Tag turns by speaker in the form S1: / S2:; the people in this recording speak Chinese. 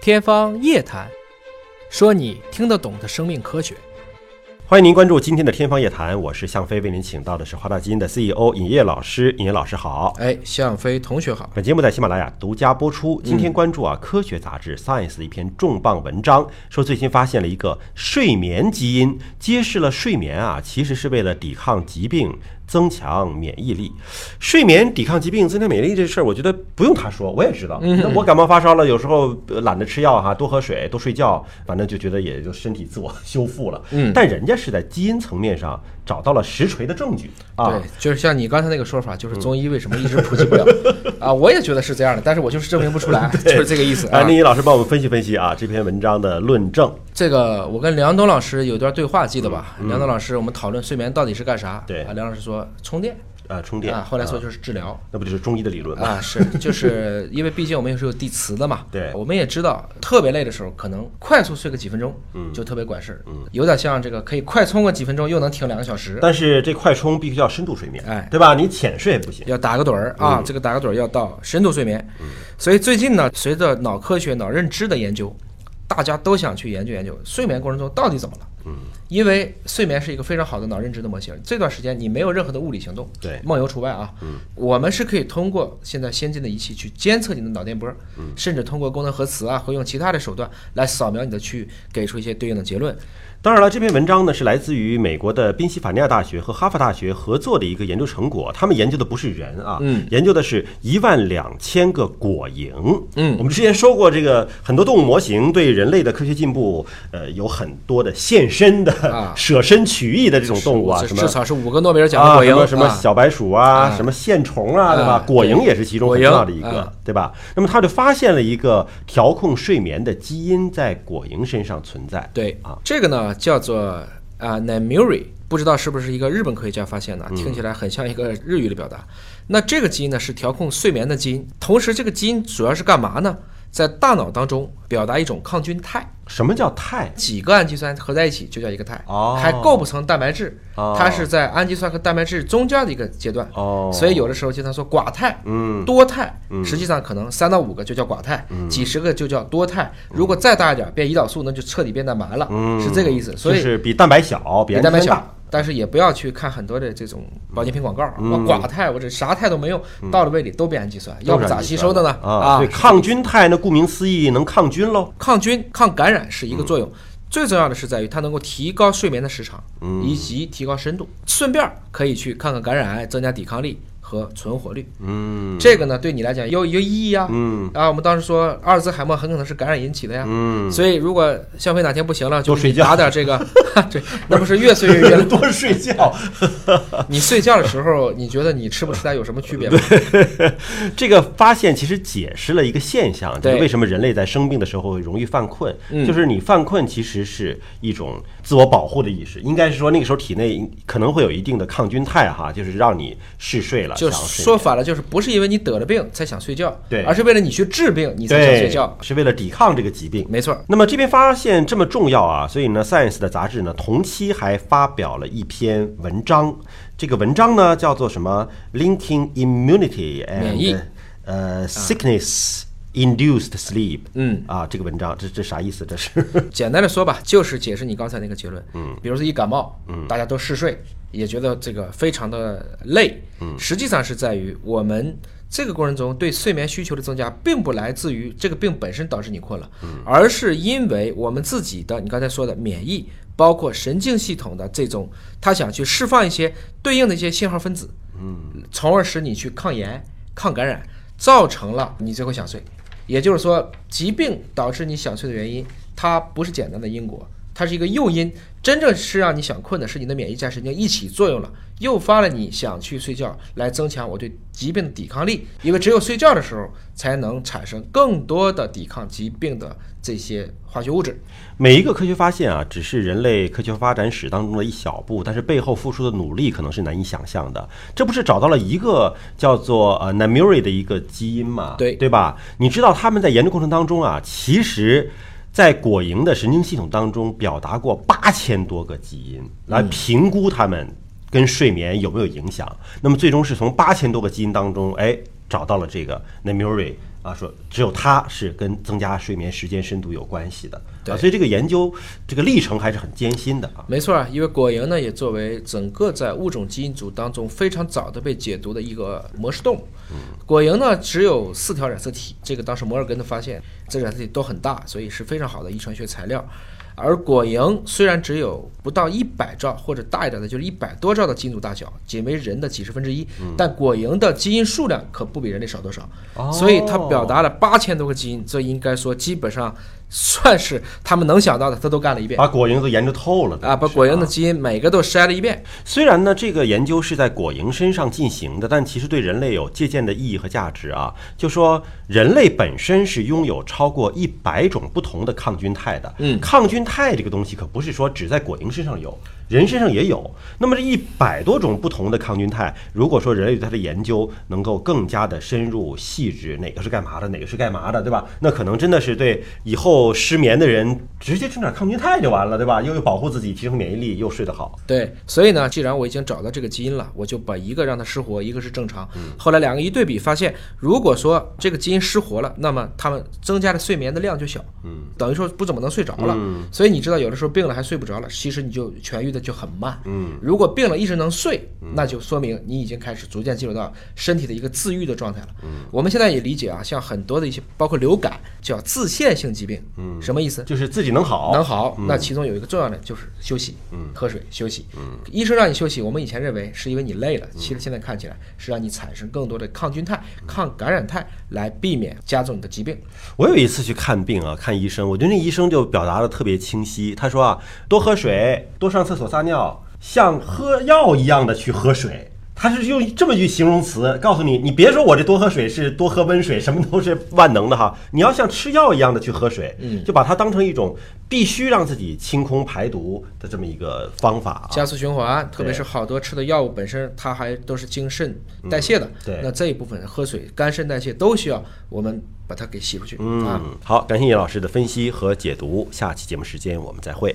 S1: 天方夜谭，说你听得懂的生命科学。
S2: 欢迎您关注今天的《天方夜谭》，我是向飞，为您请到的是华大基因的 CEO 尹烨老师。尹烨老师好。
S1: 哎，向飞同学好。
S2: 本节目在喜马拉雅独家播出。今天关注啊，科学杂志《Science》的一篇重磅文章，说最新发现了一个睡眠基因，揭示了睡眠啊其实是为了抵抗疾病、增强免疫力。睡眠抵抗疾病、增强免疫力这事儿，我觉得不用他说，我也知道。那我感冒发烧了，有时候呃懒得吃药哈、多喝水、多睡觉，反正就觉得也就身体自我 修复了。嗯，但人家是在基因层面上找到了实锤的证据啊。嗯
S1: 对，就是像你刚才那个说法，就是中医为什么一直普及不 了啊？我也觉得是这样的，但是我就是证明不出来，就是这个意思
S2: 哎，
S1: 啊
S2: 林。毅老师帮我们分析分析啊这篇文章的论证。
S1: 这个我跟梁冬老师有段对话，记得吧？梁冬老师，我们讨论睡眠到底是干啥？
S2: 嗯对
S1: 啊，梁老师说充电
S2: 啊，充电
S1: 啊，后来说
S2: 啊
S1: 就是治疗。
S2: 那不就是中医的理论吗？
S1: 啊，是，就是因为毕竟我们也是有地磁的嘛。
S2: 对
S1: 我们也知道，特别累的时候，可能快速睡个几分钟，嗯，就特别管事儿，嗯，有点像这个可以快充个几分钟，又能挺两个小时，
S2: 但是这快充必须要深度睡眠，
S1: 哎
S2: 对吧？你浅睡不行。
S1: 要打个盹儿啊，
S2: 嗯
S1: 这个打个盹儿要到深度睡眠。所以最近呢，随着脑科学、脑认知的研究，大家都想去研究研究睡眠过程中到底怎么了。嗯，因为睡眠是一个非常好的脑认知的模型。这段时间你没有任何的物理行动，
S2: 对
S1: 梦游除外啊。嗯，我们是可以通过现在先进的仪器去监测你的脑电波，嗯，甚至通过功能核磁啊，或用其他的手段来扫描你的区域，给出一些对应的结论。
S2: 当然了，这篇文章呢是来自于美国的宾夕法尼亚大学和哈佛大学合作的一个研究成果，他们研究的不是人啊，
S1: 嗯
S2: 研究的是一万两千个果蝇。
S1: 嗯
S2: 我们之前说过，这个很多动物模型对人类的科学进步，呃，有很多的献身的、
S1: 啊
S2: 舍身取义的这种动物啊，
S1: 至
S2: 什
S1: 至
S2: 么。
S1: 少是五个诺贝尔奖的
S2: 啊，
S1: 果
S2: 什
S1: 蝇，
S2: 么什么
S1: 啊
S2: 小白鼠啊
S1: 啊，
S2: 什么线虫啊，
S1: 啊
S2: 对吧？
S1: 对
S2: 果蝇也是其中
S1: 果
S2: 很
S1: 蝇
S2: 重要的一个
S1: 啊，
S2: 对吧？那么他就发现了一个调控睡眠的基因在果蝇身上存在。
S1: 对
S2: 啊，
S1: 这个呢叫做啊 Namuri，不知道是不是一个日本科学家发现
S2: 嗯
S1: 的，听起来很像一个日语的表达。那这个基因呢是调控睡眠的基因，同时这个基因主要是干嘛呢？在大脑当中表达一种抗菌肽，
S2: 什么叫肽？
S1: 几个氨基酸合在一起就叫一个肽，
S2: 哦
S1: 还构不成蛋白质，
S2: 哦
S1: 它是在氨基酸和蛋白质中间的一个阶段，
S2: 哦
S1: 所以有的时候经常说寡肽，
S2: 嗯，
S1: 多肽，实际上可能三到五个就叫寡肽，几十个就叫多肽，如果再大一点变胰岛素，那就彻底变蛋白了，
S2: 嗯
S1: 是这个意思，所以
S2: 就是比蛋白小，比
S1: 别
S2: 氨
S1: 蛋白
S2: 基酸大
S1: 小，但是也不要去看很多的这种保健品广告啊，
S2: 嗯
S1: 我寡肽，我这啥肽都没用，到了胃里都变氨基酸，要不咋吸收的呢？
S2: 啊，对，抗菌肽呢，顾名思义能抗菌喽。
S1: 抗菌、抗感染是一个作
S2: 嗯
S1: 用，最重要的是在于它能够提高睡眠的时长，
S2: 嗯
S1: 以及提高深度，顺便可以去抗抗感染癌，增加抵抗力和存活率。
S2: 嗯
S1: 这个呢，对你来讲有有意义啊。
S2: 嗯
S1: 啊，我们当时说阿尔兹海默很可能是感染引起的呀。
S2: 嗯，
S1: 所以如果向飞哪天不行了，就
S2: 多
S1: 是你
S2: 睡觉
S1: 打点这个， 对，那不是越睡越冤。
S2: 多睡觉。
S1: 你睡觉的时候，你觉得你吃不吃它有什么区别吗？
S2: 这个发现其实解释了一个现象，就是
S1: 对
S2: 为什么人类在生病的时候容易犯困
S1: 嗯。
S2: 就是你犯困其实是一种自我保护的意识，应该是说那个时候体内可能会有一定的抗菌肽哈，就是让你嗜睡了，
S1: 就
S2: 想要睡
S1: 说反了，就是不是因为你得了病才想睡觉，
S2: 对
S1: 而是为了你去治病你才想睡
S2: 对
S1: 觉，，
S2: 是为了抵抗这个疾病。
S1: 没错儿。
S2: 那么这篇发现这么重要啊，所以呢，《Science》的杂志呢，同期还发表了一篇文章。这个文章呢，叫做什么？Linking Immunity
S1: 免疫
S2: and 呃、Sickness Induced Sleep。
S1: 嗯，
S2: 啊，这个文章这这啥意思？这是
S1: 简单的说吧，就是解释你刚才那个结论。嗯，比如说一感冒，嗯，大家都嗜睡，也觉得这个非常的累。嗯，实际上是在于我们这个过程中对睡眠需求的增加，并不来自于这个病本身导致你困了，而是因为我们自己的你刚才说的免疫，包括神经系统的这种，它想去释放一些对应的一些信号分子，嗯，从而使你去抗炎、抗感染，造成了你最后想睡。也就是说，疾病导致你想睡的原因，它不是简单的因果，它是一个诱因。真正是让你想困的是你的免疫加神经一起作用了，诱发了你想去睡觉，来增强我对疾病的抵抗力。因为只有睡觉的时候，才能产生更多的抵抗疾病的这些化学物质。
S2: 每一个科学发现啊，只是人类科学发展史当中的一小步，但是背后付出的努力可能是难以想象的。这不是找到了一个叫做呃 Namuri 的一个基因嘛？
S1: 对
S2: 对吧？你知道他们在研究过程当中啊，其实。在果蝇的神经系统当中，表达过八千多个基因，来评估它们跟睡眠有没有影响。那么最终是从八千多个基因当中，哎，找到了这个 Namuri 啊，说只有它是跟增加睡眠时间深度有关系的。
S1: 对
S2: 啊，所以这个研究这个历程还是很艰辛的啊。
S1: 没错啊，因为果蝇呢也作为整个在物种基因组当中非常早的被解读的一个模式动物。果蝇呢只有四条染色体，这个当时摩尔根的发现，这染色体都很大，所以是非常好的遗传学材料。而果蝇虽然只有不到一百兆或者大一点的，就是一百多兆的基因组大小，仅为人的几十分之一，但果蝇的基因数量可不比人类少多少，所以它表达了八千多个基因，这应该说基本上算是他们能想到的，它都干了一遍。
S2: 把果蝇都研究透了
S1: 啊，把果蝇的基因每个都筛了一遍。
S2: 虽然呢，这个研究是在果蝇身上进行的，但其实对人类有借鉴的意义和价值啊。就说人类本身是拥有超过一百种不同的抗菌肽的，嗯，抗菌肽这个东西可不是说只在果蝇身上有，人身上也有。那么这一百多种不同的抗菌肽，如果说人类对它的研究能够更加的深入细致，哪个是干嘛的，哪个是干嘛的，对吧？那可能真的是对以后失眠的人直接吃点抗菌肽就完了，对吧？又又保护自己，提升免疫力，又睡得好。
S1: 对，所以呢，既然我已经找到这个基因了，我就把一个让它失活，一个是正常。后来两个一对比，发现如果说这个基因失活了，那么它们增加的睡眠的量就小，嗯，等于说不怎么能睡着了。所以你知道，有的时候病了还睡不着了，其实你就痊愈的就很慢。嗯，如果病了一直能睡，那就说明你已经开始逐渐进入到身体的一个自愈的状态了。嗯，我们现在也理解啊，像很多的一些包括流感叫自限性疾病，嗯，什么意思？
S2: 就是自己能好，嗯
S1: 能好，那其中有一个重要的就是休息，喝水休息。
S2: 嗯
S1: 医生让你休息，我们以前认为是因为你累了，其实现在看起来是让你产生更多的抗菌肽、
S2: 嗯
S1: 抗感染肽，来避免加重你的疾病。
S2: 我有一次去看病啊，看医生，我觉得那医生就表达的特别清晰。他说啊，多喝水，多上厕所撒尿，像喝药一样的去喝水。他是用这么一句形容词告诉你，你别说我这多喝水是多喝温水，什么都是万能的哈。你要像吃药一样的去喝水，嗯，就把它当成一种必须让自己清空排毒的这么一个方法啊。
S1: 加速循环，特别是好多吃的药物本身，它还都是经肾代谢的。
S2: 嗯对
S1: 那这一部分喝水、肝肾代谢都需要我们
S2: 嗯
S1: 把它给洗出去啊。
S2: 嗯，好，感谢叶老师的分析和解读，下期节目时间我们再会。